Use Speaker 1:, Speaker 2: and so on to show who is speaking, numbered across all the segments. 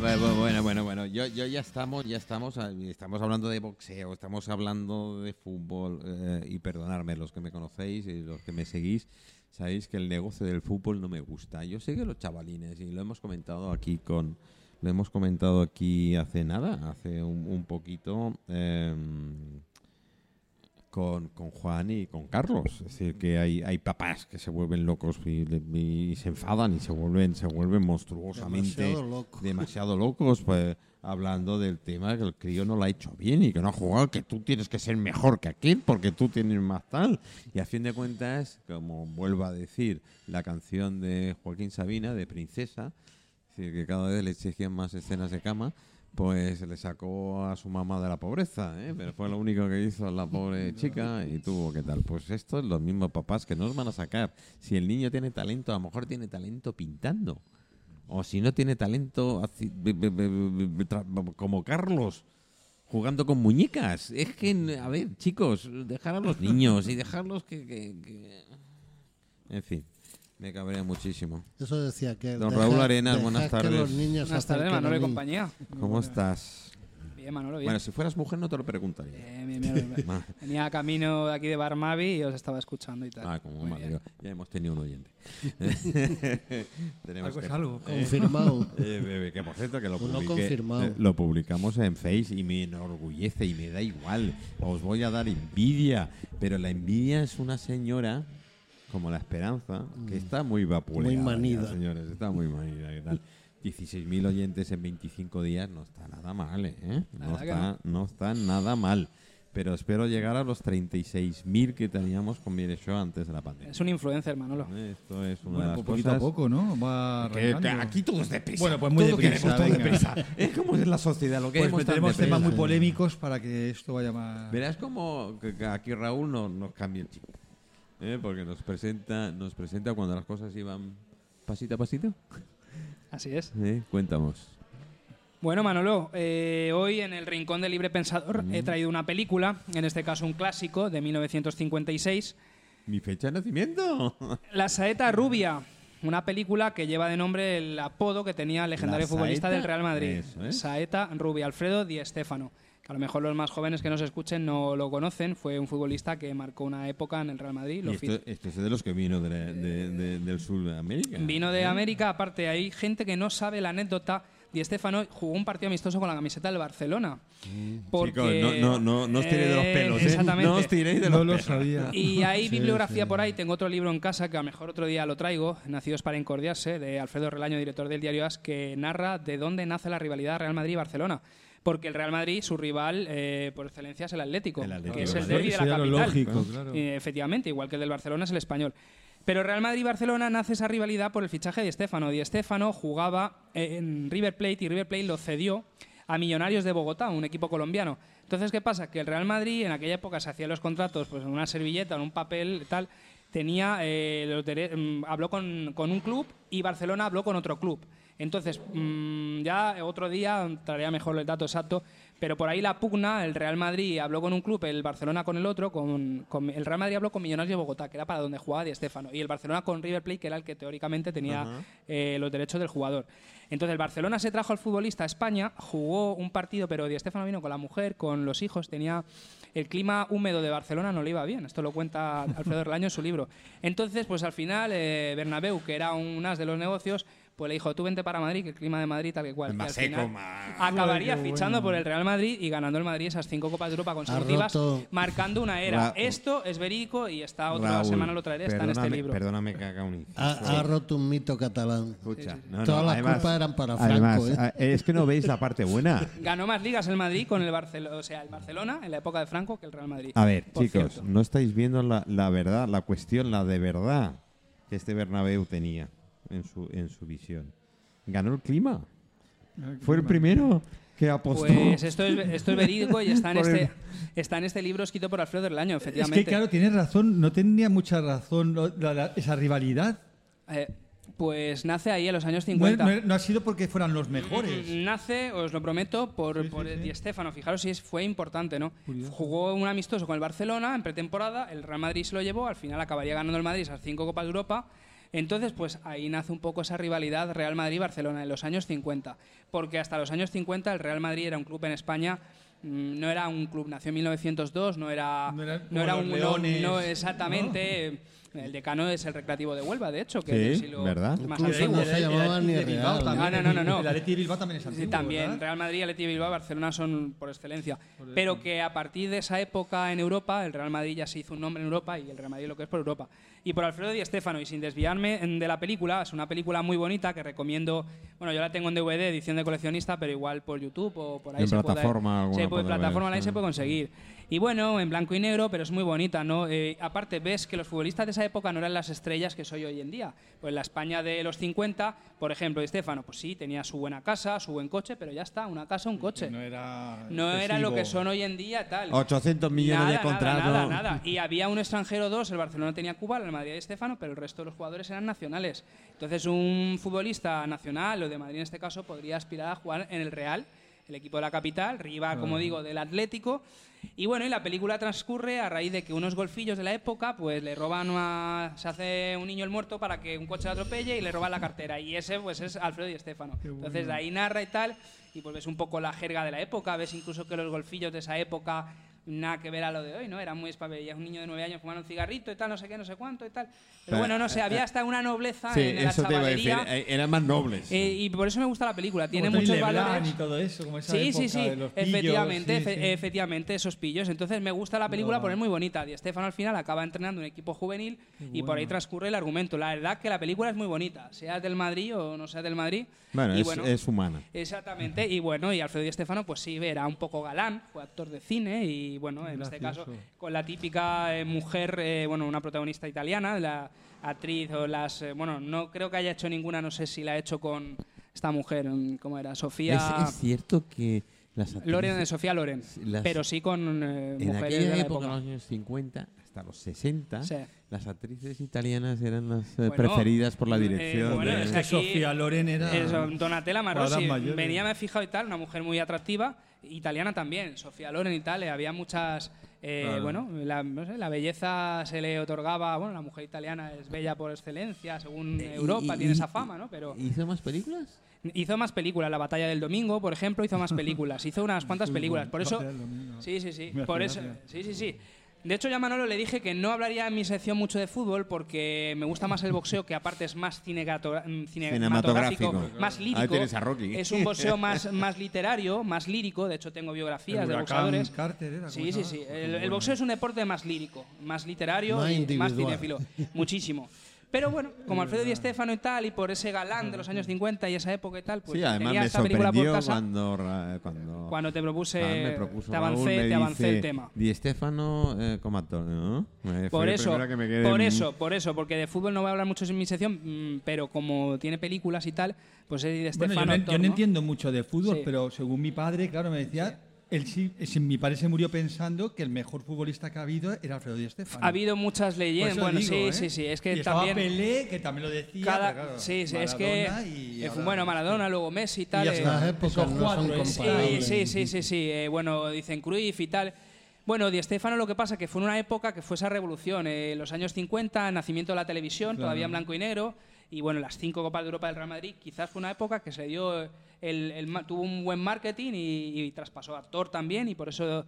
Speaker 1: Bueno, bueno, bueno, bueno. Yo, yo ya estamos, ya estamos, ah, estamos hablando de boxeo, estamos hablando de fútbol eh, y perdonadme los que me conocéis y los que me seguís, sabéis que el negocio del fútbol no me gusta. Yo sé que los chavalines y lo hemos comentado aquí con, lo hemos comentado aquí hace nada, hace un, un poquito. eh, con, con Juan y con Carlos. Es decir, que hay, hay papás que se vuelven locos y, le- y se enfadan y se vuelven, se vuelven monstruosamente
Speaker 2: Demasiado loco.
Speaker 1: demasiado locos, pues, hablando del tema que el crío no lo ha hecho bien y que no ha jugado, que tú tienes que ser mejor que aquel porque tú tienes más tal. Y a fin de cuentas, como vuelvo a decir la canción de Joaquín Sabina, de Princesa, es decir, que cada vez le exigían más escenas de cama, pues le sacó a su mamá de la pobreza, ¿eh? pero fue lo único que hizo la pobre chica y tuvo que tal. Pues esto es los mismos papás que nos van a sacar. Si el niño tiene talento, a lo mejor tiene talento pintando. O si no tiene talento haci- be- be- be- be- be- tra- como Carlos, jugando con muñecas. Es que, a ver, chicos, dejar a los niños y dejarlos que... que- que- En fin, me cabrea muchísimo.
Speaker 2: Eso decía que.
Speaker 1: Don Raúl Arenas,
Speaker 2: dejad
Speaker 1: buenas
Speaker 2: que
Speaker 1: tardes.
Speaker 2: los niños
Speaker 3: Buenas
Speaker 2: se acerquen
Speaker 3: tardes,
Speaker 2: a
Speaker 3: Manolo y
Speaker 2: mí.
Speaker 3: compañía.
Speaker 1: ¿Cómo estás?
Speaker 3: Bien, Manolo, bien. Eh,
Speaker 1: Bueno, si fueras mujer no te lo preguntaría.
Speaker 3: Bien, bien, bien, bien.
Speaker 1: Ma-
Speaker 3: Venía camino de aquí de Bar Mavi y os estaba escuchando y tal.
Speaker 1: Ah, como
Speaker 3: Muy
Speaker 1: madre,
Speaker 3: bien.
Speaker 1: ya hemos tenido un oyente. Tenemos
Speaker 4: Algo
Speaker 1: que-
Speaker 4: es algo.
Speaker 2: Confirmado.
Speaker 1: Eh, bebé, que por cierto que lo,
Speaker 2: Uno
Speaker 1: publiqué-
Speaker 2: confirmado.
Speaker 1: eh, lo publicamos en Face y me enorgullece y me da igual. Os voy a dar envidia, pero la envidia es una señora como la esperanza que está muy vapuleada.
Speaker 2: Muy
Speaker 1: ya,
Speaker 2: manida.
Speaker 1: señores, está muy manida. ¿qué tal? 16.000 oyentes en 25 días no está nada mal, ¿eh? No
Speaker 3: Nada que
Speaker 1: está, no está nada mal. Pero espero llegar a los 36.000 que teníamos con Show antes de la pandemia.
Speaker 3: Es un influencer, Manolo.
Speaker 1: Esto es una
Speaker 4: Bueno,
Speaker 1: de las
Speaker 4: pues poquito a
Speaker 1: cosas
Speaker 4: poco, ¿no?
Speaker 3: Ah,
Speaker 4: Va
Speaker 1: que- que
Speaker 4: arrancando.
Speaker 1: aquí todo es deprisa.
Speaker 4: Bueno, pues muy
Speaker 1: Todo
Speaker 4: deprisa,
Speaker 1: queremos todo
Speaker 4: venga.
Speaker 1: deprisa. Es como es la sociedad, lo que
Speaker 4: Pues
Speaker 1: es tan
Speaker 4: meteremos temas muy
Speaker 1: deprisa.
Speaker 4: polémicos para que esto vaya más.
Speaker 1: Verás como que- que aquí Raúl no- nos cambia el chip. ¿eh? Porque nos presenta, nos presenta cuando las cosas iban pasito a pasito.
Speaker 3: Así es.
Speaker 1: ¿eh? Cuéntanos.
Speaker 3: Bueno, Manolo, eh, hoy en el Rincón del Libre Pensador
Speaker 1: Mm.
Speaker 3: he traído una película, en este caso un clásico de 1956,
Speaker 1: ¿Mi fecha de nacimiento?
Speaker 3: La Saeta Rubia, una película que lleva de nombre el apodo que tenía el legendario
Speaker 1: La
Speaker 3: futbolista
Speaker 1: Saeta,
Speaker 3: del Real Madrid,
Speaker 1: eso es.
Speaker 3: Saeta Rubia, Alfredo Di Stéfano. Que a lo mejor los más jóvenes que nos escuchen no lo conocen, fue un futbolista que marcó una época en el Real Madrid.
Speaker 1: Y
Speaker 3: Lo
Speaker 1: esto,
Speaker 3: fi-
Speaker 1: esto es de los que vino de la- de- de- del sur de América.
Speaker 3: Vino de
Speaker 1: ¿eh?
Speaker 3: América, aparte hay gente que no sabe la anécdota. Di Stéfano jugó un partido amistoso con la camiseta del Barcelona. Porque,
Speaker 1: Chicos, no, Mm. no, no, no os tiréis de los
Speaker 3: Eh,
Speaker 1: pelos, ¿eh?
Speaker 3: Exactamente.
Speaker 1: No os tiréis de los
Speaker 4: No lo
Speaker 1: pelos.
Speaker 4: sabía.
Speaker 3: Y hay
Speaker 4: Sí,
Speaker 3: bibliografía
Speaker 4: sí.
Speaker 3: por ahí, tengo otro libro en casa que a lo mejor otro día lo traigo, Nacidos para Incordiarse, de Alfredo Relaño, director del diario As, que narra de dónde nace la rivalidad Real Madrid-Barcelona. Porque el Real Madrid, su rival eh, por excelencia es el Atlético,
Speaker 1: El Atlético
Speaker 3: que es
Speaker 1: de
Speaker 3: el
Speaker 1: Madrid.
Speaker 3: derbi de
Speaker 4: Eso
Speaker 3: la
Speaker 4: era
Speaker 3: capital.
Speaker 4: lo lógico, claro.
Speaker 3: Eh, efectivamente, igual que el del Barcelona es el español. Pero Real Madrid-Barcelona nace esa rivalidad por el fichaje de Estefano. Di Stéfano jugaba eh, en River Plate y River Plate lo cedió a Millonarios de Bogotá, un equipo colombiano. Entonces, ¿qué pasa? Que el Real Madrid en aquella época se hacía los contratos pues, en una servilleta, en un papel, tal. Tenía, eh, los dere- mm, habló con, con un club y Barcelona habló con otro club. Entonces, mm, ya otro día traería mejor el dato exacto, pero por ahí la pugna, el Real Madrid habló con un club, el Barcelona con el otro, con, con- el Real Madrid habló con Millonarios de Bogotá, que era para donde jugaba Di Stéfano, y el Barcelona con River Plate, que era el que teóricamente tenía eh, los derechos del jugador. Entonces, el Barcelona se trajo al futbolista a España, jugó un partido, pero Di Stéfano vino con la mujer, con los hijos, tenía el clima húmedo de Barcelona no le iba bien. Esto lo cuenta Alfredo Erlaño en su libro. Entonces, pues al final, eh, Bernabéu, que era un as de los negocios, pues le dijo, tú vente para Madrid, que el clima de Madrid tal que cual. Y
Speaker 1: Más
Speaker 3: al
Speaker 1: seco,
Speaker 3: final
Speaker 1: más-
Speaker 3: acabaría fichando por el Real Madrid y ganando el Madrid esas cinco Copas de Europa consecutivas,
Speaker 2: roto-
Speaker 3: marcando una era.
Speaker 1: Ra-
Speaker 3: Esto es verídico y está otra
Speaker 1: Raúl,
Speaker 3: semana lo traeré, está en este
Speaker 1: perdóname-
Speaker 3: libro. Ah,
Speaker 1: Perdóname que haga un inciso.
Speaker 2: Ha, ha roto un mito catalán.
Speaker 1: Escucha,
Speaker 2: sí. Todas las culpas eran para Franco,
Speaker 1: además,
Speaker 2: ¿eh?
Speaker 1: ah, es que no veis la parte buena.
Speaker 3: Ganó más ligas el Madrid con el Barcelona, o sea, el Barcelona en la época de Franco que el Real Madrid.
Speaker 1: A ver,
Speaker 3: Por
Speaker 1: chicos,
Speaker 3: cierto.
Speaker 1: no estáis viendo la, la verdad, la cuestión, la de verdad que este Bernabéu tenía en su, en su visión. Ganó el clima. Fue el primero que apostó.
Speaker 3: Pues esto es, esto es verídico y está en,
Speaker 1: Por el-
Speaker 3: este, está en este libro escrito por Alfredo Erlaño,
Speaker 4: Es
Speaker 3: efectivamente.
Speaker 4: que, claro, tienes razón, no tenía mucha razón no, la- la- esa rivalidad.
Speaker 3: Eh, pues nace ahí en los años
Speaker 4: No,
Speaker 3: 50.
Speaker 4: no- no ha sido porque fueran los mejores.
Speaker 3: Nace, os lo prometo, por,
Speaker 4: Sí,
Speaker 3: por
Speaker 4: sí,
Speaker 3: el
Speaker 4: sí.
Speaker 3: Di Stéfano. Fijaros si es- fue importante, ¿no?
Speaker 4: Curioso.
Speaker 3: Jugó un amistoso con el Barcelona en pretemporada, el Real Madrid se lo llevó, al final acabaría ganando el Madrid esas cinco Copas de Europa. Entonces, pues ahí nace un poco esa rivalidad Real Madrid-Barcelona en los años 50, porque hasta los años 50 el Real Madrid era un club en España, mm, no era un club, nació en 1902, no era,
Speaker 4: No era como
Speaker 3: no era
Speaker 4: los
Speaker 3: un
Speaker 4: Leones,
Speaker 3: no, exactamente. El decano es el recreativo de Huelva, de hecho, que
Speaker 5: Sí,
Speaker 3: es el siglo
Speaker 5: ¿verdad?
Speaker 3: más
Speaker 2: Incluso
Speaker 3: antiguo.
Speaker 2: no se llamaba ni Real.
Speaker 3: No, no, no, no, no.
Speaker 4: El Atleti de Bilbao también es antiguo,
Speaker 3: Sí, también.
Speaker 4: ¿verdad?
Speaker 3: Real Madrid, Atleti de Bilbao, Barcelona son por excelencia. Pero que a partir de esa época en Europa, el Real Madrid ya se hizo un nombre en Europa y el Real Madrid lo que es por Europa. Y por Alfredo Di Stéfano, y sin desviarme en- de la película, es una película muy bonita que recomiendo. Bueno, yo la tengo en DVD, edición de coleccionista, pero igual por YouTube o por ahí
Speaker 5: En
Speaker 3: se
Speaker 5: plataforma
Speaker 3: puede.
Speaker 5: alguna
Speaker 3: se puede-
Speaker 5: podrá ver,
Speaker 3: plataforma online
Speaker 5: sí.
Speaker 3: se puede conseguir. Y bueno, en blanco y negro, pero es muy bonita, ¿no? Eh, aparte, ves que los futbolistas de esa época no eran las estrellas que soy hoy en día. Pues la España de los 50, por ejemplo, Estefano, pues sí, tenía su buena casa, su buen coche, pero ya está, una casa, un coche.
Speaker 4: No era.
Speaker 3: No era lo que
Speaker 4: excesivo.
Speaker 3: son hoy en día, tal.
Speaker 5: 800 millones
Speaker 3: Nada,
Speaker 5: de
Speaker 3: nada,
Speaker 5: contratos.
Speaker 3: Nada, nada. Y había un extranjero dos, el Barcelona tenía Cuba, el Madrid de Estefano, pero el resto de los jugadores eran nacionales. Entonces un futbolista nacional, o de Madrid en este caso, podría aspirar a jugar en el Real, el equipo de la capital, rival, como digo, del Atlético. Y bueno, y la película transcurre a raíz de que unos golfillos de la época, pues le roban a... se hace un niño el muerto para que un coche le atropelle y le roban la cartera. Y ese pues es Alfredo y Estefano. Entonces de ahí narra y tal, y pues ves un poco la jerga de la época, ves incluso que los golfillos de esa época nada que ver a lo de hoy, ¿no? Era muy espabilado, un niño de nueve años fumando un cigarrito y tal, no sé qué, no sé cuánto y tal. Pero,
Speaker 5: Pero,
Speaker 3: bueno, no sé,
Speaker 5: eh, eh,
Speaker 3: había hasta una nobleza
Speaker 5: Sí,
Speaker 3: en la
Speaker 5: eso te iba a decir.
Speaker 3: chavallería.
Speaker 5: eh, Eran más nobles.
Speaker 3: eh, y por eso me gusta la película, tiene
Speaker 4: Como Tony
Speaker 3: muchos
Speaker 4: Leblanc
Speaker 3: valores.
Speaker 4: y todo eso, como esa
Speaker 3: Sí,
Speaker 4: época
Speaker 3: sí, sí,
Speaker 4: de los pillos,
Speaker 3: efectivamente,
Speaker 4: sí,
Speaker 3: efe-
Speaker 4: sí.
Speaker 3: efectivamente, esos pillos. Entonces me gusta la película
Speaker 4: No.
Speaker 3: porque es muy bonita. Di Stefano al final acaba entrenando un equipo juvenil y por ahí transcurre el argumento. La verdad que la película es muy bonita, seas del Madrid o no seas del Madrid.
Speaker 5: Bueno,
Speaker 3: y
Speaker 5: es, es humana.
Speaker 3: Exactamente, y bueno, y Alfredo Di Stefano, pues sí, era un poco galán, fue actor de cine y bueno, en este
Speaker 4: Gracioso.
Speaker 3: caso con la típica eh, mujer, eh, bueno, una protagonista italiana, la actriz o las, eh, bueno, no creo que haya hecho ninguna, no sé si la ha hecho con esta mujer, mm, ¿cómo era? Sofía...
Speaker 1: Es, es cierto que las
Speaker 3: Loren, eh,
Speaker 1: actrices
Speaker 3: Sofía Loren,
Speaker 1: Las-
Speaker 3: pero sí con eh,
Speaker 1: en
Speaker 3: mujeres
Speaker 1: aquella
Speaker 3: de la
Speaker 1: época,
Speaker 3: época.
Speaker 1: en los años 50 hasta los 60,
Speaker 3: Sí.
Speaker 1: las actrices italianas eran las eh,
Speaker 3: Bueno,
Speaker 1: preferidas por la
Speaker 3: eh,
Speaker 1: dirección.
Speaker 3: bueno,
Speaker 1: de-
Speaker 3: es que
Speaker 4: Que
Speaker 3: aquí-
Speaker 4: Sofía Loren era.
Speaker 3: Eso, Eh, Donatella Marossi,
Speaker 4: Cuadras mayores.
Speaker 3: venía, me he fijado y tal, una mujer muy atractiva, italiana también, Sofía Loren y tal, eh, había muchas, eh,
Speaker 4: Claro.
Speaker 3: bueno, la, no sé, la belleza se le otorgaba, bueno, la mujer italiana es bella por excelencia, según
Speaker 1: Eh, Y-
Speaker 3: Europa,
Speaker 1: y-
Speaker 3: tiene esa
Speaker 1: y-
Speaker 3: fama, ¿no? Pero
Speaker 1: ¿Hizo más películas?
Speaker 3: hizo más películas, La Batalla del Domingo, por ejemplo, hizo más películas, hizo unas cuantas películas, por eso...
Speaker 4: Batalla del Domingo.
Speaker 3: Sí, sí, sí,
Speaker 4: Me hace
Speaker 3: por eso...
Speaker 4: gracia.
Speaker 3: Sí, sí, sí. De hecho, ya a Manolo le dije que no hablaría en mi sección mucho de fútbol porque me gusta más el boxeo, que aparte es más cinegato- mm, cinematográfico,
Speaker 5: Cinematográfico.
Speaker 3: más lírico.
Speaker 5: Ahí tienes a Rocky.
Speaker 3: Es un boxeo más, más literario, más lírico. De hecho, tengo biografías
Speaker 4: El
Speaker 3: de
Speaker 4: Huracán
Speaker 3: boxeadores.
Speaker 4: Carter era, ¿cómo
Speaker 3: sí,
Speaker 4: se
Speaker 3: sí,
Speaker 4: llama?
Speaker 3: sí. El,
Speaker 4: Porque
Speaker 3: el
Speaker 4: bueno.
Speaker 3: boxeo es un deporte más lírico, más literario
Speaker 2: Más
Speaker 3: y más
Speaker 2: individual.
Speaker 3: cinéfilo. Muchísimo. Pero bueno, como Alfredo Di Stefano y tal, y por ese galán de los años 50 y esa época y tal, pues
Speaker 5: sí, además
Speaker 3: tenía
Speaker 5: me
Speaker 3: esta película por
Speaker 5: sorprendió
Speaker 3: casa
Speaker 5: cuando, ra- cuando,
Speaker 3: cuando te propuse,
Speaker 5: Raúl me propuso,
Speaker 3: te avancé,
Speaker 5: Raúl me
Speaker 3: te avancé el
Speaker 5: dice,
Speaker 3: tema.
Speaker 5: Di Stefano eh, como actor, ¿no? Eh, fue
Speaker 3: Por
Speaker 5: el
Speaker 3: eso,
Speaker 5: primero que me quedé
Speaker 3: por
Speaker 5: en-
Speaker 3: eso, por eso, porque de fútbol no voy a hablar mucho en mi sección, mm, pero como tiene películas y tal, pues es de
Speaker 4: Bueno,
Speaker 3: Stefano.
Speaker 4: yo, no,
Speaker 3: actor,
Speaker 4: yo no
Speaker 3: ¿no?
Speaker 4: entiendo mucho de fútbol,
Speaker 3: Sí.
Speaker 4: pero según mi padre, claro, me decía. Él sí, eh, sí, mi padre se murió pensando que el mejor futbolista que ha habido era Alfredo Di Stéfano.
Speaker 3: Ha habido muchas
Speaker 4: Por
Speaker 3: leyendas.
Speaker 4: eso
Speaker 3: Bueno,
Speaker 4: digo,
Speaker 3: sí,
Speaker 4: ¿eh?
Speaker 3: sí, sí. Es que
Speaker 4: y estaba
Speaker 3: también.
Speaker 4: Pelé, que también lo decía.
Speaker 3: cada,
Speaker 4: pero claro,
Speaker 3: sí, sí, es que.
Speaker 4: Maradona y
Speaker 3: eh,
Speaker 4: ahora-
Speaker 3: bueno, Maradona, luego Messi y tal.
Speaker 4: ya
Speaker 3: eh,
Speaker 4: está.
Speaker 2: Las épocas
Speaker 4: Esos
Speaker 2: no son
Speaker 4: cuatro, ¿eh?
Speaker 3: Sí,
Speaker 2: comparables.
Speaker 3: sí, sí, sí, sí. Eh, bueno, dicen Cruyff y tal. Bueno, Di Stefano lo que pasa que fue en una época que fue esa revolución. eh, los años 50, nacimiento de la televisión, todavía en blanco y negro. Y bueno, las cinco Copas de Europa del Real Madrid quizás fue una época que se le dio eh, el, el ma- tuvo un buen marketing y, y traspasó a actor también y por eso...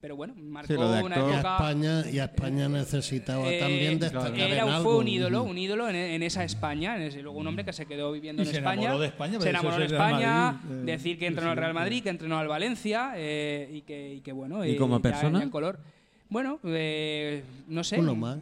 Speaker 3: Pero bueno, marcó
Speaker 5: lo de
Speaker 3: una
Speaker 5: actor.
Speaker 2: Y a
Speaker 3: época...
Speaker 2: España, y a España necesitaba
Speaker 3: Eh,
Speaker 2: también destacar
Speaker 3: era
Speaker 2: en
Speaker 3: un-
Speaker 2: algo.
Speaker 3: fue un ídolo, un ídolo en, en esa España, en ese- luego un hombre que se quedó viviendo
Speaker 4: Y
Speaker 3: en
Speaker 4: se
Speaker 3: España.
Speaker 4: enamoró de España, pero
Speaker 3: se
Speaker 4: eso
Speaker 3: enamoró de
Speaker 4: es el Real
Speaker 3: España,
Speaker 4: Madrid, eh,
Speaker 3: decir que entrenó al Real
Speaker 4: presidente.
Speaker 3: Madrid, que entrenó al Valencia eh, y, que, y que bueno.
Speaker 1: ¿Y
Speaker 3: eh,
Speaker 1: como
Speaker 3: ya-
Speaker 1: persona?
Speaker 3: ya en color. Bueno, eh, no sé. Mm,
Speaker 2: Uno más.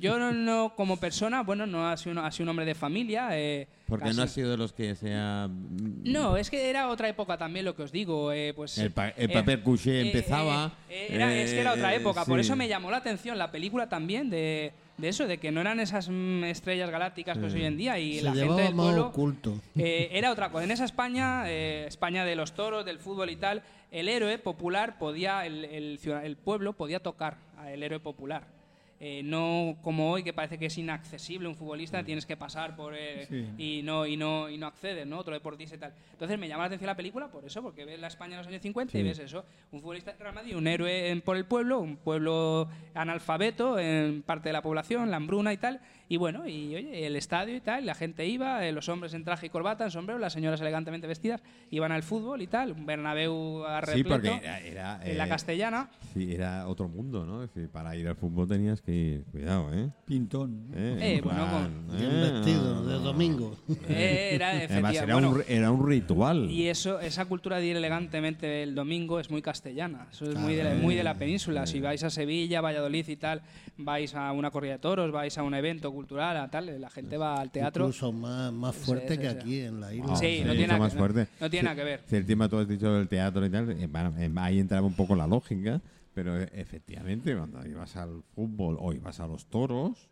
Speaker 3: Yo no, no- como persona, bueno, no ha sido, un- ha sido un hombre de familia. eh,
Speaker 1: Porque
Speaker 3: casi-
Speaker 1: no ha sido de los que sea.
Speaker 3: no, es que era otra época también lo que os digo. eh, pues,
Speaker 5: mm, El pa- el papel couché empezaba,
Speaker 3: eh, era- es que era otra
Speaker 5: eh,
Speaker 3: época, por
Speaker 5: sí.
Speaker 3: eso me llamó la atención la película también de, de eso, de que no eran esas mm, estrellas galácticas que es hoy en día y
Speaker 2: Se
Speaker 3: la gente
Speaker 2: llevaba
Speaker 3: del
Speaker 2: más
Speaker 3: pueblo.
Speaker 2: oculto.
Speaker 3: eh, era otra cosa. En esa España, eh, España de los toros, del fútbol y tal, el héroe popular podía, el, el ciudad- el pueblo podía tocar al héroe popular. eh, no como hoy que parece que es inaccesible un futbolista, tienes que pasar por eh, él
Speaker 4: Sí.
Speaker 3: y, no, y, no, y no accedes, ¿no? Otro deportista y tal. Entonces me llama la atención la película por eso, porque ves la España en los años 50 y ves eso. Un futbolista de Real Madrid, un héroe en- por el pueblo, un pueblo analfabeto en parte de la población, la hambruna y tal. Y bueno, y oye, el estadio y tal, la gente iba, eh, los hombres en traje y corbata, en sombrero, las señoras elegantemente vestidas, iban al fútbol y tal, un Bernabéu a
Speaker 5: Sí,
Speaker 3: repleto,
Speaker 5: porque era, era,
Speaker 3: en la
Speaker 5: eh,
Speaker 3: castellana.
Speaker 5: sí, era otro mundo, ¿no? Es decir, para ir al fútbol tenías que ir. Cuidado, ¿eh?
Speaker 4: Pintón.
Speaker 5: Eh,
Speaker 3: Eh,
Speaker 5: en
Speaker 3: bueno,
Speaker 5: plan,
Speaker 1: Ah.
Speaker 2: Bien
Speaker 5: eh,
Speaker 2: vestido, de
Speaker 5: no.
Speaker 2: domingo.
Speaker 3: Eh, era
Speaker 5: Además,
Speaker 3: efectiva-
Speaker 5: era,
Speaker 3: bueno,
Speaker 5: un, ri- era un ritual.
Speaker 3: Y eso, esa cultura de ir elegantemente el domingo es muy castellana. Eso es muy de, la, muy de la península. Si vais a Sevilla, Valladolid y tal, vais a una corrida de toros, vais a un evento cultural, a tal, la gente va al teatro.
Speaker 2: Incluso más, más
Speaker 3: Sí,
Speaker 2: fuerte
Speaker 3: sí,
Speaker 2: que
Speaker 3: sí.
Speaker 2: aquí en la isla.
Speaker 5: Wow,
Speaker 3: Sí,
Speaker 5: se
Speaker 3: no
Speaker 5: hizo
Speaker 3: tiene nada
Speaker 5: más
Speaker 3: que-
Speaker 5: fuerte.
Speaker 3: no tiene
Speaker 5: Sí,
Speaker 3: nada que ver.
Speaker 5: sí, el tema, tú has dicho del teatro y tal, eh, bueno, eh, ahí entraba un poco la lógica, pero eh, efectivamente, cuando ibas al fútbol o ibas a los toros,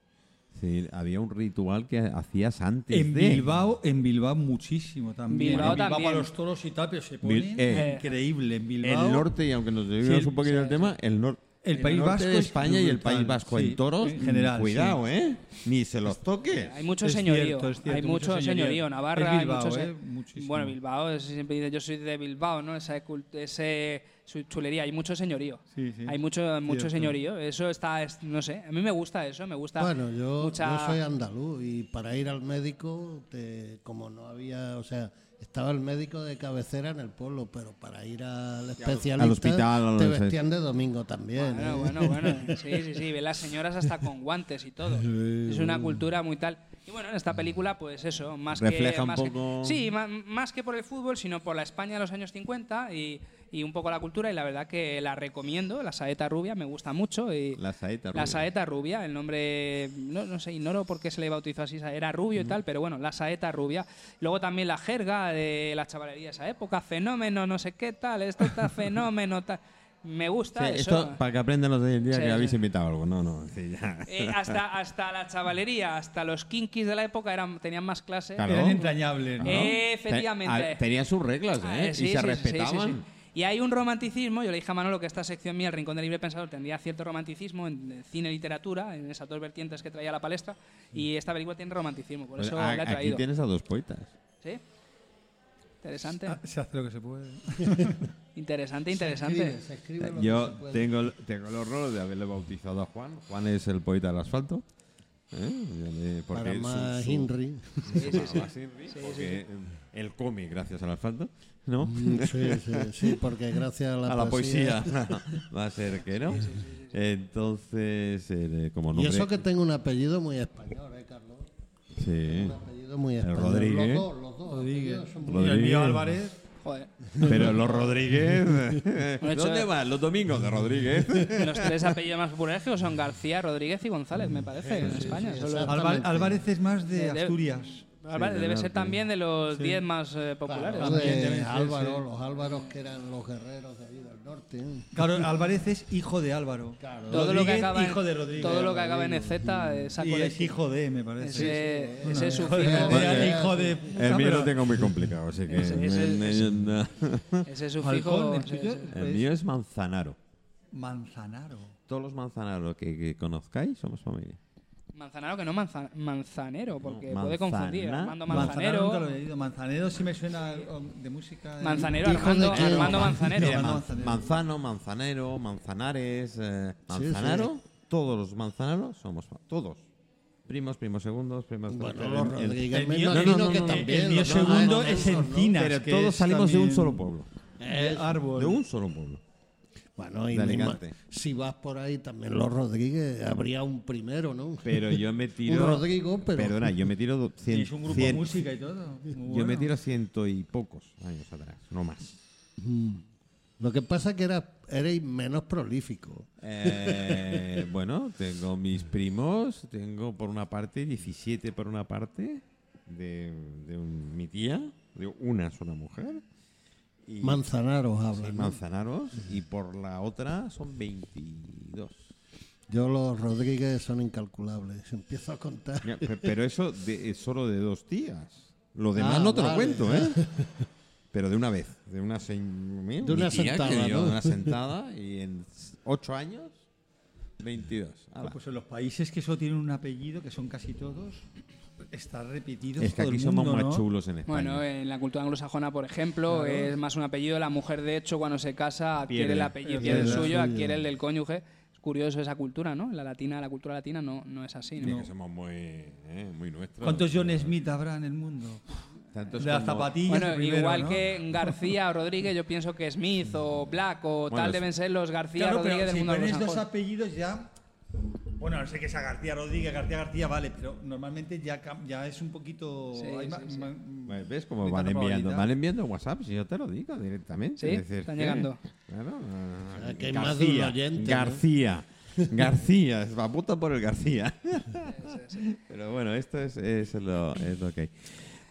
Speaker 5: sí, había un ritual que hacías antes
Speaker 4: En
Speaker 5: de.
Speaker 4: Bilbao, en Bilbao muchísimo también.
Speaker 3: Bilbao
Speaker 4: en Bilbao
Speaker 3: también.
Speaker 4: a los toros y tal, pero se
Speaker 5: Bil-
Speaker 4: ponen
Speaker 5: eh,
Speaker 4: increíble en Bilbao.
Speaker 5: El norte, y aunque nos desviamos
Speaker 4: Sí,
Speaker 5: un poquito del tema, el, nor-
Speaker 4: El País
Speaker 5: norte
Speaker 4: Vasco
Speaker 5: de
Speaker 4: es
Speaker 5: España y el
Speaker 4: brutal,
Speaker 5: País Vasco
Speaker 4: sí,
Speaker 5: en toros,
Speaker 4: en general,
Speaker 5: cuidado, ¿eh? Ni se los toques.
Speaker 3: Hay mucho
Speaker 4: Es
Speaker 3: señorío,
Speaker 4: cierto, es cierto,
Speaker 3: hay mucho,
Speaker 4: mucho
Speaker 3: señorío.
Speaker 4: señorío.
Speaker 3: Navarra,
Speaker 4: Es Bilbao,
Speaker 3: hay mucho se-
Speaker 4: ¿eh? Muchísimo.
Speaker 3: Bueno, Bilbao es- siempre dice yo soy de Bilbao, ¿no? Esa cul- ese su chulería, hay mucho señorío.
Speaker 4: Sí, sí.
Speaker 3: Hay mucho mucho
Speaker 4: Cierto.
Speaker 3: señorío, eso está es- no sé, a mí me gusta eso, me gusta
Speaker 2: Bueno, yo,
Speaker 3: mucha-
Speaker 2: yo soy andaluz y para ir al médico, te- como no había, o sea, estaba el médico de cabecera en el pueblo, pero para ir al especialista
Speaker 5: hospital, a
Speaker 2: te
Speaker 5: los-
Speaker 2: vestían de domingo también.
Speaker 3: Bueno,
Speaker 2: ¿eh?
Speaker 3: bueno, bueno. Sí, sí, sí. Ve las señoras hasta con guantes y todo. Es una cultura muy tal. Y bueno, en esta película, pues eso, más que.
Speaker 5: Refleja un
Speaker 3: más que-
Speaker 5: poco-
Speaker 3: sí, ma- más, que por el fútbol, sino por la España de los años 50 y, y un poco la cultura. Y la verdad que la recomiendo. La saeta rubia me gusta mucho. Y
Speaker 5: La saeta
Speaker 3: La
Speaker 5: rubia.
Speaker 3: saeta rubia, el nombre. No, no sé, ignoro por qué se le bautizó así. Era
Speaker 5: Mm.
Speaker 3: rubio y tal, pero bueno, la saeta rubia. Luego también la jerga de la chavalería de esa época. Fenómeno, no sé qué tal. Esto está fenómeno, tal. Me gusta
Speaker 5: Sí,
Speaker 3: eso.
Speaker 5: esto para que aprendan los de hoy en día
Speaker 3: Sí,
Speaker 5: que
Speaker 3: sí.
Speaker 5: habéis invitado algo. No, no, sí, ya.
Speaker 3: Eh, hasta, hasta la chavalería, hasta los kinkis de la época eran, tenían más clase.
Speaker 5: Claro.
Speaker 4: Eran entrañables, ¿no?
Speaker 3: Eh, efectivamente.
Speaker 5: Te- a- Tenía sus reglas,
Speaker 3: Ah,
Speaker 5: ¿eh?
Speaker 3: eh, sí,
Speaker 5: y se
Speaker 3: sí, sí,
Speaker 5: respetaban.
Speaker 3: sí, sí, sí. Y hay un romanticismo, yo le dije a Manolo que esta sección mía, el Rincón del Libre Pensador, tendría cierto romanticismo en eh, cine y literatura, en esas dos vertientes que traía a la palestra, y esta película tiene romanticismo, por
Speaker 5: Mm. Pues
Speaker 3: eso
Speaker 5: a-
Speaker 3: la he
Speaker 5: aquí
Speaker 3: traído.
Speaker 5: tienes a dos poetas.
Speaker 3: ¿Sí? Interesante,
Speaker 4: Ah, Se hace lo que se puede.
Speaker 3: interesante,
Speaker 2: Se
Speaker 3: interesante.
Speaker 2: escribe, se escribe lo que
Speaker 5: Yo
Speaker 2: se puede.
Speaker 5: tengo, el- tengo el horror de haberle bautizado a Juan. Juan es el poeta del asfalto. ¿eh? Yo le- porque
Speaker 2: para
Speaker 5: su-
Speaker 2: más
Speaker 5: su-
Speaker 2: Henry.
Speaker 3: Sí, sí, sí.
Speaker 5: para más Henry, porque Él come gracias al asfalto, ¿no?
Speaker 2: Sí, sí, sí, porque gracias a la,
Speaker 5: a la poesía. Va a ser que no. Entonces, eh, como
Speaker 2: Y
Speaker 5: nombre...
Speaker 2: eso que tengo un apellido muy español, ¿eh, Carlos?
Speaker 5: Sí.
Speaker 2: Un apellido muy español.
Speaker 5: Rodríguez. ¿eh?
Speaker 2: Los dos, los dos. apellidos son muy-
Speaker 5: Rodríguez.
Speaker 4: Y el mío Álvarez.
Speaker 3: Joder,
Speaker 5: Pero los Rodríguez...
Speaker 3: hecho-
Speaker 5: ¿Dónde vas? Ah, Los domingos de Rodríguez.
Speaker 3: los tres apellidos más populares creo que son García, Rodríguez y González, me parece, en España.
Speaker 2: sí,
Speaker 3: Son los-
Speaker 2: exacto.
Speaker 4: Álvar- Álvarez es más
Speaker 3: Eh,
Speaker 4: de
Speaker 3: de-
Speaker 4: Asturias.
Speaker 3: Álvarez debe ser también de los 10 más eh, populares.
Speaker 2: Claro, de
Speaker 4: También debe ser,
Speaker 2: Álvaro,
Speaker 4: sí.
Speaker 2: los Álvaros que eran los guerreros de ahí del norte. ¿eh?
Speaker 4: Claro, Álvarez es hijo de Álvaro.
Speaker 3: Todo lo que
Speaker 4: Rodríguez,
Speaker 3: acaba en,
Speaker 4: hijo de Rodríguez.
Speaker 3: todo lo que acaba en E EZ es
Speaker 4: Y es hijo de, me parece.
Speaker 3: ese, ese
Speaker 2: Bueno,
Speaker 3: sufijo,
Speaker 4: Hijo de,
Speaker 2: Bueno,
Speaker 4: hijo de puta,
Speaker 5: El mío
Speaker 4: pero-
Speaker 5: lo tengo muy complicado, así que...
Speaker 3: Ese- ese-
Speaker 5: me-
Speaker 3: ese-
Speaker 5: no.
Speaker 3: ese sufijo,
Speaker 4: Falcón,
Speaker 3: sí,
Speaker 4: ¿el tuyo?
Speaker 3: sí.
Speaker 5: El mío es Manzanaro.
Speaker 4: Manzanaro.
Speaker 5: Todos los manzanaros que, que conozcáis somos familia.
Speaker 3: Manzanaro que no manza- manzanero, porque
Speaker 5: No,
Speaker 3: puede
Speaker 5: manzana-
Speaker 3: confundir. Armando
Speaker 4: Manzanero nunca lo
Speaker 3: Manzanero,
Speaker 4: he oído. Manzanero sí me suena um, de música. eh.
Speaker 3: Manzanero,
Speaker 2: Hijo de
Speaker 3: Armando,
Speaker 2: qué?
Speaker 3: Armando Manzanero.
Speaker 4: Mira,
Speaker 5: Man-
Speaker 4: Manzanero.
Speaker 5: manzano, manzanero, manzanares, eh, manzanaro. Todos los manzanaros somos fa- todos. Primos, primos segundos, primos
Speaker 2: Bueno,
Speaker 5: terceros,
Speaker 2: los
Speaker 5: el-
Speaker 2: Rodríguez
Speaker 4: el
Speaker 2: me
Speaker 4: mío-
Speaker 2: imagino
Speaker 5: no, no,
Speaker 2: que
Speaker 5: no, no,
Speaker 2: también.
Speaker 4: El mío
Speaker 2: los dos, ¿no?
Speaker 4: segundo es
Speaker 2: Los dos, ¿no?
Speaker 4: Encinas.
Speaker 5: Pero
Speaker 4: que
Speaker 5: todos
Speaker 4: es
Speaker 5: salimos de un
Speaker 4: también
Speaker 5: solo pueblo.
Speaker 4: Eh, árbol.
Speaker 5: De un solo pueblo.
Speaker 2: Bueno, y
Speaker 5: De
Speaker 2: me ima-
Speaker 5: Alicante.
Speaker 2: si vas por ahí también los Rodríguez, habría un primero, ¿no?
Speaker 5: Pero yo me tiro.
Speaker 2: Un Rodrigo, pero-
Speaker 5: Perdona, yo me tiro. do- cien-
Speaker 4: Y es un grupo
Speaker 5: cien-
Speaker 4: de música y todo. Muy
Speaker 5: Yo me
Speaker 4: bueno.
Speaker 5: tiro ciento y pocos años atrás, no más.
Speaker 2: Lo que pasa que era, erais menos prolífico.
Speaker 5: Eh, bueno, tengo mis primos, tengo por una parte 17 por una parte de, de un- mi tía, de una sola mujer, y
Speaker 2: Manzanaros
Speaker 5: sí,
Speaker 2: hablan. ¿no?
Speaker 5: manzanaros, y por la otra son 22.
Speaker 2: Yo los Rodríguez son incalculables. Empiezo a contar.
Speaker 5: Ya, pe- Pero eso de- es solo de dos tías. Lo demás
Speaker 4: Ah,
Speaker 5: no te lo
Speaker 2: vale.
Speaker 5: cuento, ¿eh? Pero de una vez, de una, se- mi
Speaker 2: una
Speaker 5: tía, que
Speaker 2: sentada,
Speaker 5: yo,
Speaker 2: ¿no?
Speaker 5: de una sentada, y en ocho años 22. Ala.
Speaker 4: Pues en los países que solo tienen un apellido, que son casi todos, está repetido.
Speaker 5: Es que
Speaker 4: todo el
Speaker 5: aquí somos
Speaker 4: mundo,
Speaker 5: más
Speaker 4: ¿no?
Speaker 5: chulos en España.
Speaker 3: Bueno, en la cultura anglosajona, por ejemplo, es más un apellido. La mujer, de hecho, cuando se casa, adquiere
Speaker 5: Pierde.
Speaker 3: el apellido
Speaker 4: Pierde
Speaker 3: del
Speaker 4: el
Speaker 3: suyo,
Speaker 2: suyo.
Speaker 3: adquiere el del cónyuge. Es curioso esa cultura, ¿no? La latina, la cultura latina no, no es así,
Speaker 5: Sí,
Speaker 3: ¿no?
Speaker 5: que somos muy, eh, muy nuestros.
Speaker 4: ¿Cuántos John Smith habrá en el mundo?
Speaker 5: Tantos
Speaker 4: De las
Speaker 5: como-
Speaker 4: zapatillas.
Speaker 3: Bueno,
Speaker 4: el primero,
Speaker 3: igual
Speaker 4: ¿no?
Speaker 3: que García o Rodríguez, yo pienso que Smith o Black o
Speaker 5: Bueno,
Speaker 3: tal
Speaker 5: es-
Speaker 3: deben ser los García
Speaker 4: Claro,
Speaker 3: Rodríguez
Speaker 4: pero
Speaker 3: del
Speaker 4: si
Speaker 3: mundo
Speaker 4: pones dos
Speaker 3: anglosajón.
Speaker 4: apellidos ya. Bueno, no sé que sea García Rodríguez, García García, vale, pero normalmente ya, cam- ya es un poquito.
Speaker 3: Sí,
Speaker 4: hay
Speaker 3: sí,
Speaker 4: ma-
Speaker 3: sí.
Speaker 4: ma-
Speaker 5: Pues ¿Ves cómo
Speaker 4: Tanta
Speaker 5: van enviando?
Speaker 4: probabilidad.
Speaker 5: Van enviando WhatsApp, si yo te lo digo directamente.
Speaker 3: Sí,
Speaker 5: Es decir,
Speaker 3: están
Speaker 5: que-
Speaker 3: llegando.
Speaker 5: Claro, ah,
Speaker 2: sea, que hay más de un oyente, ¿no?
Speaker 5: García. García, se va a puta por el García. Pero bueno, esto es, es lo, es lo que hay.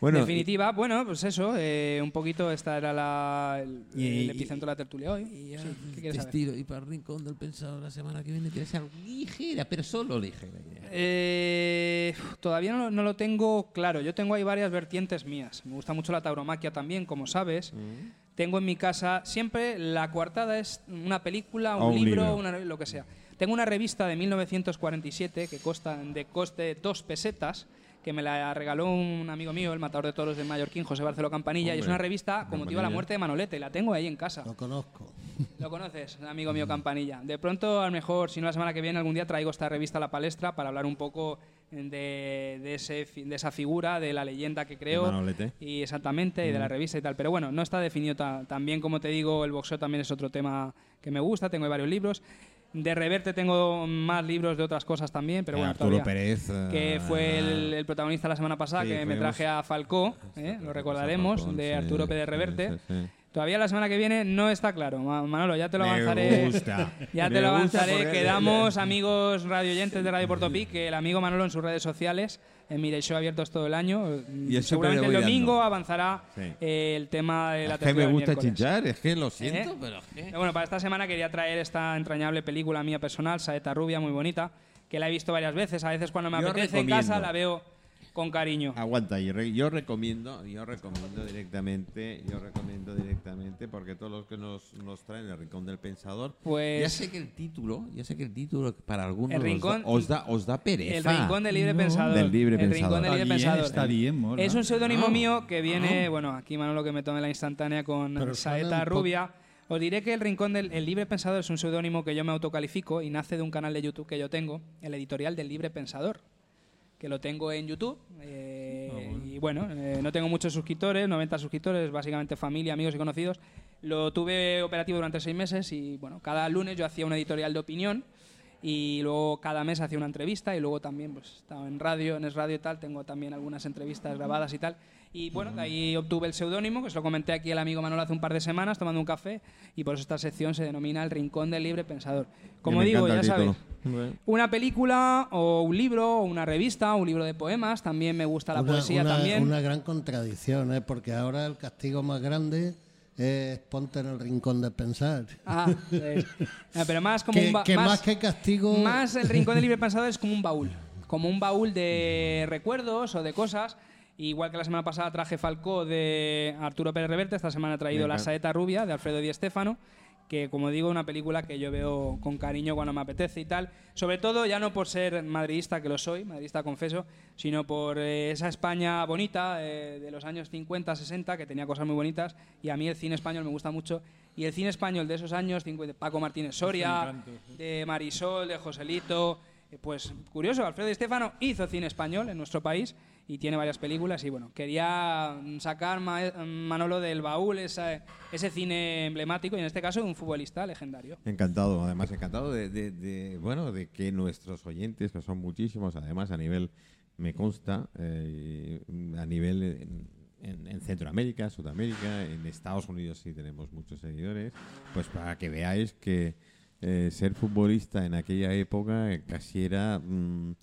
Speaker 5: Bueno,
Speaker 3: en definitiva, bueno, pues eso, eh, un poquito esta era la, el,
Speaker 1: Y-
Speaker 3: el
Speaker 1: y-
Speaker 3: epicentro de la tertulia hoy. Sí, ¿Qué quieres saber?
Speaker 1: Testiro y para el rincón del pensado la semana que viene tiene que ser ligera, pero solo ligera.
Speaker 3: Eh, todavía no, lo- no lo tengo claro. Yo tengo ahí varias vertientes mías. Me gusta mucho la tauromaquia también, como sabes.
Speaker 5: Mm.
Speaker 3: Tengo en mi casa siempre la coartada es una película, un,
Speaker 5: O Ah, un
Speaker 3: libro,
Speaker 5: libro.
Speaker 3: una re- lo que sea. Tengo una revista de 1947 que consta de coste dos pesetas que me la regaló un amigo mío, el matador de toros de Mallorquín, José Barceló Campanilla, y es
Speaker 5: Hombre,
Speaker 3: una revista con motivo a la
Speaker 5: Campanilla.
Speaker 3: muerte de Manolete, y la tengo ahí en casa.
Speaker 2: Lo conozco.
Speaker 3: Lo conoces, amigo mío Campanilla. De pronto, a lo mejor, si no la semana que viene, algún día traigo esta revista a la palestra para hablar un poco de, de ese, fi- de esa figura, de la leyenda que creo.
Speaker 5: Manolete.
Speaker 3: Y exactamente, y de la
Speaker 5: Mm.
Speaker 3: revista y tal. Pero bueno, no está definido ta- tan bien. Como te digo, el boxeo también es otro tema que me gusta. Tengo ahí varios libros. De reverte tengo más libros de otras cosas también, pero bueno,
Speaker 5: Eh, Arturo
Speaker 3: todavía-
Speaker 5: Pérez.
Speaker 3: que
Speaker 5: ah,
Speaker 3: fue el, el protagonista la semana pasada,
Speaker 5: Sí,
Speaker 3: que me
Speaker 5: fuimos-
Speaker 3: traje a Falcó, ¿eh? lo recordaremos,
Speaker 5: Falcón,
Speaker 3: de
Speaker 5: sí,
Speaker 3: Arturo Pérez
Speaker 5: sí,
Speaker 3: Reverte.
Speaker 5: sí, sí.
Speaker 3: Todavía la semana que viene no está claro. Ma- Manolo, ya te lo
Speaker 5: Me
Speaker 3: avanzaré.
Speaker 5: gusta.
Speaker 3: Ya te
Speaker 5: Me
Speaker 3: lo
Speaker 5: gusta
Speaker 3: avanzaré.
Speaker 5: porque-
Speaker 3: Quedamos, amigos radioyentes de Radio Portopí, que el amigo Manolo en sus redes sociales, en Mire Show abiertos todo el año. mm,
Speaker 5: yo siempre
Speaker 3: Seguramente
Speaker 5: le
Speaker 3: el
Speaker 5: voy
Speaker 3: domingo
Speaker 5: dando.
Speaker 3: avanzará
Speaker 5: Sí.
Speaker 3: eh, el tema de la
Speaker 5: Es que me
Speaker 3: tertulia del
Speaker 5: gusta
Speaker 3: miércoles.
Speaker 5: chinchar, es que lo siento.
Speaker 3: ¿Eh? Eh, Bueno, para esta semana quería traer esta entrañable película mía personal, Saeta Rubia, muy bonita, que la he visto varias veces. A veces cuando me
Speaker 5: Yo
Speaker 3: apetece en
Speaker 5: recomiendo. Ah,
Speaker 3: casa la veo con cariño.
Speaker 5: Aguanta, yo, re- yo recomiendo, yo recomiendo directamente, yo recomiendo directamente, porque todos los que nos, nos traen el rincón del pensador,
Speaker 3: Pues
Speaker 1: Ya sé que el título, ya sé que el título para algunos
Speaker 3: El
Speaker 1: os da-
Speaker 3: rincón-
Speaker 1: os, da, os da pereza.
Speaker 3: El rincón del libre pensador.
Speaker 5: Del libre
Speaker 3: el
Speaker 5: pensador.
Speaker 3: Rincón del
Speaker 4: Está
Speaker 3: libre
Speaker 4: bien,
Speaker 3: pensador.
Speaker 4: está bien, mola.
Speaker 3: Es un seudónimo
Speaker 2: Ah.
Speaker 3: mío que viene, bueno, aquí Manolo que me tome la instantánea con
Speaker 2: Pero suena
Speaker 3: Saeta
Speaker 2: un po-
Speaker 3: Rubia. Os diré que el rincón del el libre pensador es un seudónimo que yo me autocalifico y nace de un canal de YouTube que yo tengo, el editorial del libre pensador, que lo tengo en YouTube.
Speaker 5: Ah,
Speaker 3: eh, Y bueno, eh, no tengo muchos suscriptores, 90 suscriptores, básicamente familia, amigos y conocidos. Lo tuve operativo durante seis meses y bueno, cada lunes yo hacía una editorial de opinión y luego cada mes hacía una entrevista y luego también pues estaba en radio, en Es Radio y tal, tengo también algunas entrevistas grabadas y tal. Y bueno, de ahí obtuve el seudónimo, que se lo comenté aquí al amigo Manolo hace un par de semanas tomando un café y por eso esta sección se denomina El Rincón del Libre Pensador. Como
Speaker 5: me
Speaker 3: digo, ya
Speaker 5: encanta el
Speaker 3: sabéis,
Speaker 1: Bueno.
Speaker 3: una película o un libro o una revista, un libro de poemas, también me gusta la
Speaker 2: Una-
Speaker 3: poesía
Speaker 2: una-
Speaker 3: también.
Speaker 2: Una gran contradicción, ¿eh? porque ahora el castigo más grande es ponte en el rincón de pensar.
Speaker 3: Ah, eh, no, pero más como
Speaker 2: que,
Speaker 3: un ba-
Speaker 2: que más,
Speaker 3: más-
Speaker 2: que castigo.
Speaker 3: Más el rincón del libre pensador es como un baúl, como un baúl de recuerdos o de cosas. Igual que la semana pasada traje Falcó de Arturo Pérez Reverte, esta semana he traído La saeta rubia de Alfredo Di Stéfano, que como digo, una película que yo veo con cariño cuando me apetece y tal. Sobre todo ya no por ser madridista, que lo soy, madridista confeso, sino por eh, esa España bonita eh, de los años 50, 60, que tenía cosas muy bonitas, y a mí el cine español me gusta mucho. Y el cine español de esos años, 50, Paco Martínez Soria, de Marisol, de Joselito. eh, Pues curioso, Alfredo Di Stéfano hizo cine español en nuestro país y tiene varias películas. Y bueno, quería mm, sacar Ma- mm, Manolo del baúl esa- ese cine emblemático y en este caso de un futbolista legendario.
Speaker 5: Encantado, además encantado de, de- de, bueno de que nuestros oyentes, que son muchísimos, además a nivel, me consta, eh, a nivel en, en- en Centroamérica, Sudamérica, en Estados Unidos sí tenemos muchos seguidores, pues para que veáis que eh, ser futbolista en aquella época eh, casi era, mm,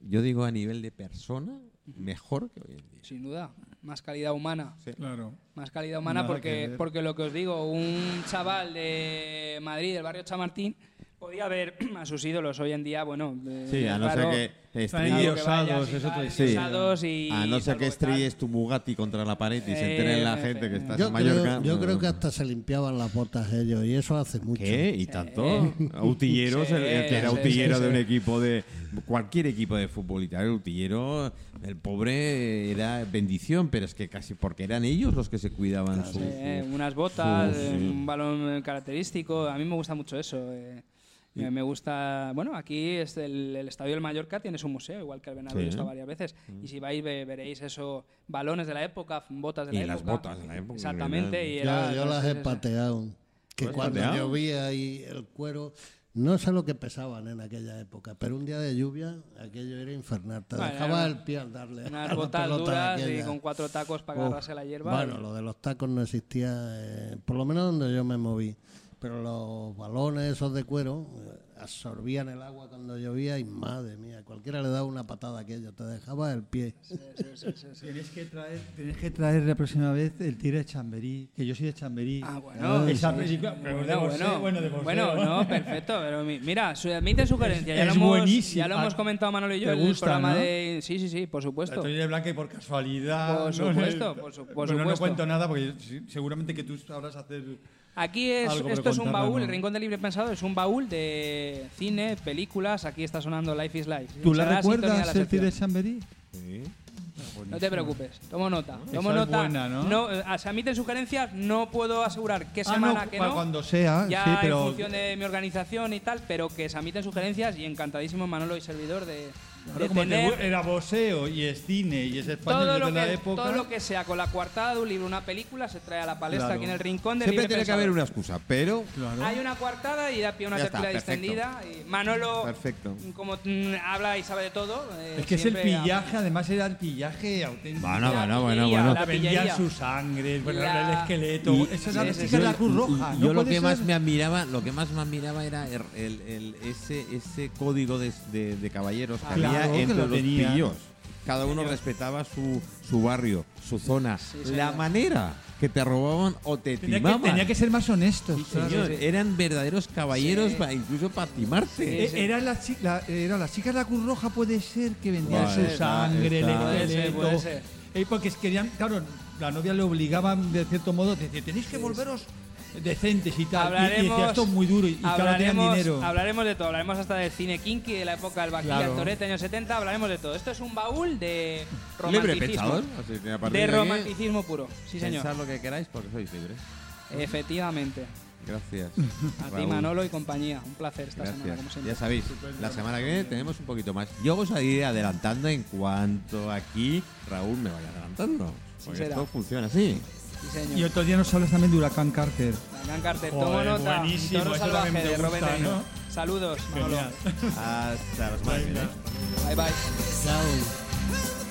Speaker 5: yo digo a nivel de persona, mejor que hoy en día.
Speaker 3: Sin duda, más calidad humana.
Speaker 4: Claro.
Speaker 3: Más calidad humana
Speaker 4: Nada que
Speaker 3: porque,
Speaker 4: ver.
Speaker 3: porque lo que os digo, un chaval de Madrid, del barrio Chamartín, Podía ver a sus ídolos hoy en día, bueno. eh,
Speaker 5: Sí, a no
Speaker 3: claro,
Speaker 5: ser que
Speaker 4: Están
Speaker 5: estríes-
Speaker 3: claro que
Speaker 4: Endiosados,
Speaker 3: vayas y
Speaker 4: es
Speaker 3: tal,
Speaker 4: otro-
Speaker 5: Sí.
Speaker 3: endiosados y-
Speaker 5: a no ser que
Speaker 3: salvo tal.
Speaker 5: estríes tu Bugatti contra la pared y se
Speaker 3: Eh,
Speaker 5: entere la gente que estás
Speaker 2: Yo,
Speaker 5: en Mallorca.
Speaker 2: creo, yo creo que
Speaker 5: no.
Speaker 2: hasta se limpiaban las botas ellos y eso hace mucho.
Speaker 5: ¿Qué? ¿Y tanto? Autilleros,
Speaker 3: Sí,
Speaker 5: el, el que era
Speaker 3: sí,
Speaker 5: autillero
Speaker 3: sí,
Speaker 5: de
Speaker 3: sí.
Speaker 5: un equipo de. Cualquier equipo de fútbol italiano, el autillero, el pobre era bendición, pero es que casi porque eran ellos los que se cuidaban su.
Speaker 3: Eh,
Speaker 5: su-
Speaker 3: unas botas,
Speaker 5: Sí,
Speaker 3: eh,
Speaker 5: sí.
Speaker 3: un balón eh, característico. A mí me gusta mucho eso. eh. Me- Me gusta. Bueno, aquí es el, el Estadio del Mallorca tiene su museo, igual que el Benavente
Speaker 5: Sí.
Speaker 3: he estado varias veces. Y si vais, ve- veréis eso: balones de la época, botas de
Speaker 5: Y
Speaker 3: la
Speaker 5: las
Speaker 3: época.
Speaker 5: botas de la época,
Speaker 3: Exactamente. y
Speaker 5: evidentemente.
Speaker 2: Yo,
Speaker 3: era-
Speaker 2: yo las
Speaker 3: sí,
Speaker 2: he
Speaker 3: sí, sí.
Speaker 2: pateado. Que
Speaker 5: ¿Lo has
Speaker 2: cuando
Speaker 5: pateado?
Speaker 2: llovía y el cuero. No sé lo que pesaban en aquella época, pero un día de lluvia aquello era infernal. Te
Speaker 3: Vale,
Speaker 2: dejaba
Speaker 3: era-
Speaker 2: el pie al darle. a
Speaker 3: Unas
Speaker 2: la
Speaker 3: botas
Speaker 2: pelota
Speaker 3: duras y
Speaker 2: aquella.
Speaker 3: con cuatro tacos para
Speaker 2: Uf.
Speaker 3: agarrarse la hierba.
Speaker 2: Bueno, lo de los tacos no existía, eh, por lo menos donde yo me moví. Pero los balones esos de cuero eh, absorbían el agua cuando llovía y madre mía, cualquiera le daba una patada a aquello, te dejaba el pie.
Speaker 4: Tienes que traer, tienes que traer la próxima vez el tigre de Chamberí, que yo soy de Chamberí.
Speaker 3: Ah, bueno.
Speaker 4: Esa
Speaker 3: sí.
Speaker 4: película- pero de
Speaker 3: Bueno,
Speaker 4: Borsé,
Speaker 3: bueno.
Speaker 4: bueno, de Borsé,
Speaker 3: Bueno, no, perfecto. Pero mi- mira, su- admite sugerencia. Ya,
Speaker 4: Es
Speaker 3: lo hemos,
Speaker 4: buenísimo.
Speaker 3: ya lo hemos comentado Manolo y yo
Speaker 4: Te
Speaker 3: en el
Speaker 4: gusta,
Speaker 3: programa
Speaker 4: ¿no?
Speaker 3: de. Sí, sí, sí, por
Speaker 4: La
Speaker 3: supuesto.
Speaker 4: Tony de Blanca y por casualidad.
Speaker 3: Por
Speaker 4: no sé,
Speaker 3: supuesto, por su- por
Speaker 4: pero no
Speaker 3: supuesto.
Speaker 4: cuento nada porque yo- sí, seguramente que tú sabrás hacer.
Speaker 3: Aquí es,
Speaker 4: Algo, pero
Speaker 3: esto es un
Speaker 4: contarlo
Speaker 3: baúl,
Speaker 4: no.
Speaker 3: el Rincón del Libre Pensado es un baúl de cine, películas, aquí está sonando Life is Life.
Speaker 4: ¿Tú la
Speaker 3: Será sintonía de
Speaker 4: recuerdas,
Speaker 3: la
Speaker 4: el tigre de
Speaker 3: sección.
Speaker 4: Chamberí?
Speaker 5: Sí.
Speaker 3: No te preocupes, tomo nota.
Speaker 4: Esa
Speaker 3: Tomo
Speaker 4: es
Speaker 3: nota.
Speaker 4: buena, ¿no?
Speaker 3: eh, se admiten sugerencias, no puedo asegurar qué
Speaker 4: Ah,
Speaker 3: semana,
Speaker 4: no,
Speaker 3: que
Speaker 4: para
Speaker 3: no.
Speaker 4: cuando sea,
Speaker 3: ya
Speaker 4: Ah, sí, pero-
Speaker 3: en función de mi organización y tal, pero que se admiten sugerencias y encantadísimo Manolo y servidor de, de
Speaker 4: Claro, como te
Speaker 3: tener
Speaker 4: gu- era boxeo y es cine y es español
Speaker 3: todo
Speaker 4: y es
Speaker 3: lo,
Speaker 4: de la
Speaker 3: que,
Speaker 4: época.
Speaker 3: todo lo que sea con la coartada de un libro, una película, se trae a la palestra
Speaker 4: Claro.
Speaker 3: aquí en el Rincón del
Speaker 5: Siempre
Speaker 3: Libre
Speaker 5: tiene que
Speaker 3: Pensador.
Speaker 5: haber una excusa, pero.
Speaker 4: Claro.
Speaker 3: Hay una coartada y da pie a una
Speaker 5: Ya está,
Speaker 3: tertulia
Speaker 5: perfecto.
Speaker 3: distendida. y Manolo,
Speaker 5: Perfecto.
Speaker 3: como mm, habla y sabe de todo. eh,
Speaker 4: Es que es el
Speaker 3: siempre habla.
Speaker 4: pillaje, además era el pillaje auténtico.
Speaker 5: Bueno,
Speaker 3: La
Speaker 5: bueno, bueno,
Speaker 3: pillería,
Speaker 5: bueno.
Speaker 3: la pillería.
Speaker 4: vendían su sangre, bueno,
Speaker 3: La-
Speaker 4: el esqueleto.
Speaker 5: Y-
Speaker 4: Esa es la
Speaker 3: Sí, sí,
Speaker 4: chica
Speaker 3: sí.
Speaker 4: de la Cruz Roja.
Speaker 5: Yo
Speaker 4: Ah, ¿no
Speaker 5: lo
Speaker 4: puede
Speaker 5: que
Speaker 4: ser?
Speaker 5: más me admiraba, lo que más me admiraba era el, el- el- ese, ese código de, de- de caballeros que
Speaker 4: Claro
Speaker 5: había
Speaker 4: que
Speaker 5: entre
Speaker 4: lo
Speaker 5: los
Speaker 4: tenía.
Speaker 5: pillos. Cada uno respetaba su, su barrio, su zona, la
Speaker 3: señor.
Speaker 5: manera que te robaban o te
Speaker 4: tenía, que,
Speaker 5: timaban.
Speaker 4: tenía que ser más honesto.
Speaker 5: Sí, señor, eran verdaderos caballeros pa- incluso para
Speaker 3: Sí,
Speaker 5: timarte.
Speaker 3: sí.
Speaker 4: Eh, Era la, chi- la- era la chica de la Cruz Roja, puede ser que vendían
Speaker 5: Puede
Speaker 4: su
Speaker 5: ser,
Speaker 4: sangre, el
Speaker 5: está-
Speaker 3: Puede ser,
Speaker 4: esqueleto.
Speaker 3: puede ser.
Speaker 4: Eh, porque es- querían, claro, la novia le obligaba de cierto modo, decía, tenéis que volveros decentes y tal. Y- y
Speaker 3: Hablaremos,
Speaker 4: decía, esto es muy duro y, y claro, no tenían
Speaker 3: hablaremos,
Speaker 4: dinero.
Speaker 3: hablaremos de todo. Hablaremos hasta del cine kinky de la época del Baquilla,
Speaker 4: Claro.
Speaker 3: Torete, años 70. Hablaremos de todo. Esto es un baúl de
Speaker 5: Libre
Speaker 3: romanticismo.
Speaker 5: pensador. así que a partir
Speaker 3: de
Speaker 5: aquí,
Speaker 3: romanticismo puro. Sí, señor.
Speaker 5: Pensad lo que queráis porque sois libres.
Speaker 3: Efectivamente.
Speaker 5: Gracias.
Speaker 3: A ti,
Speaker 5: Raúl.
Speaker 3: Manolo y compañía. Un placer esta semana, como
Speaker 5: Gracias.
Speaker 3: siempre.
Speaker 5: Ya sabéis, la semana que viene tenemos un poquito más. Yo os iré adelantando en cuanto aquí Raúl me vaya adelantando. Porque
Speaker 3: será.
Speaker 5: esto funciona así.
Speaker 3: Sí, señor.
Speaker 4: Y otro día nos hablas también de Huracán Carter.
Speaker 3: Gran Carter,
Speaker 4: Joder,
Speaker 3: tomo nota.
Speaker 4: buenísimo,
Speaker 3: Toro
Speaker 4: eso
Speaker 3: salvaje
Speaker 4: también me
Speaker 3: de Robert
Speaker 4: gusta,
Speaker 3: De Niro.
Speaker 4: ¿no?
Speaker 3: Saludos, Manolo.
Speaker 5: Hasta la semana que viene.
Speaker 3: Bye bye.
Speaker 2: Chao.
Speaker 6: When the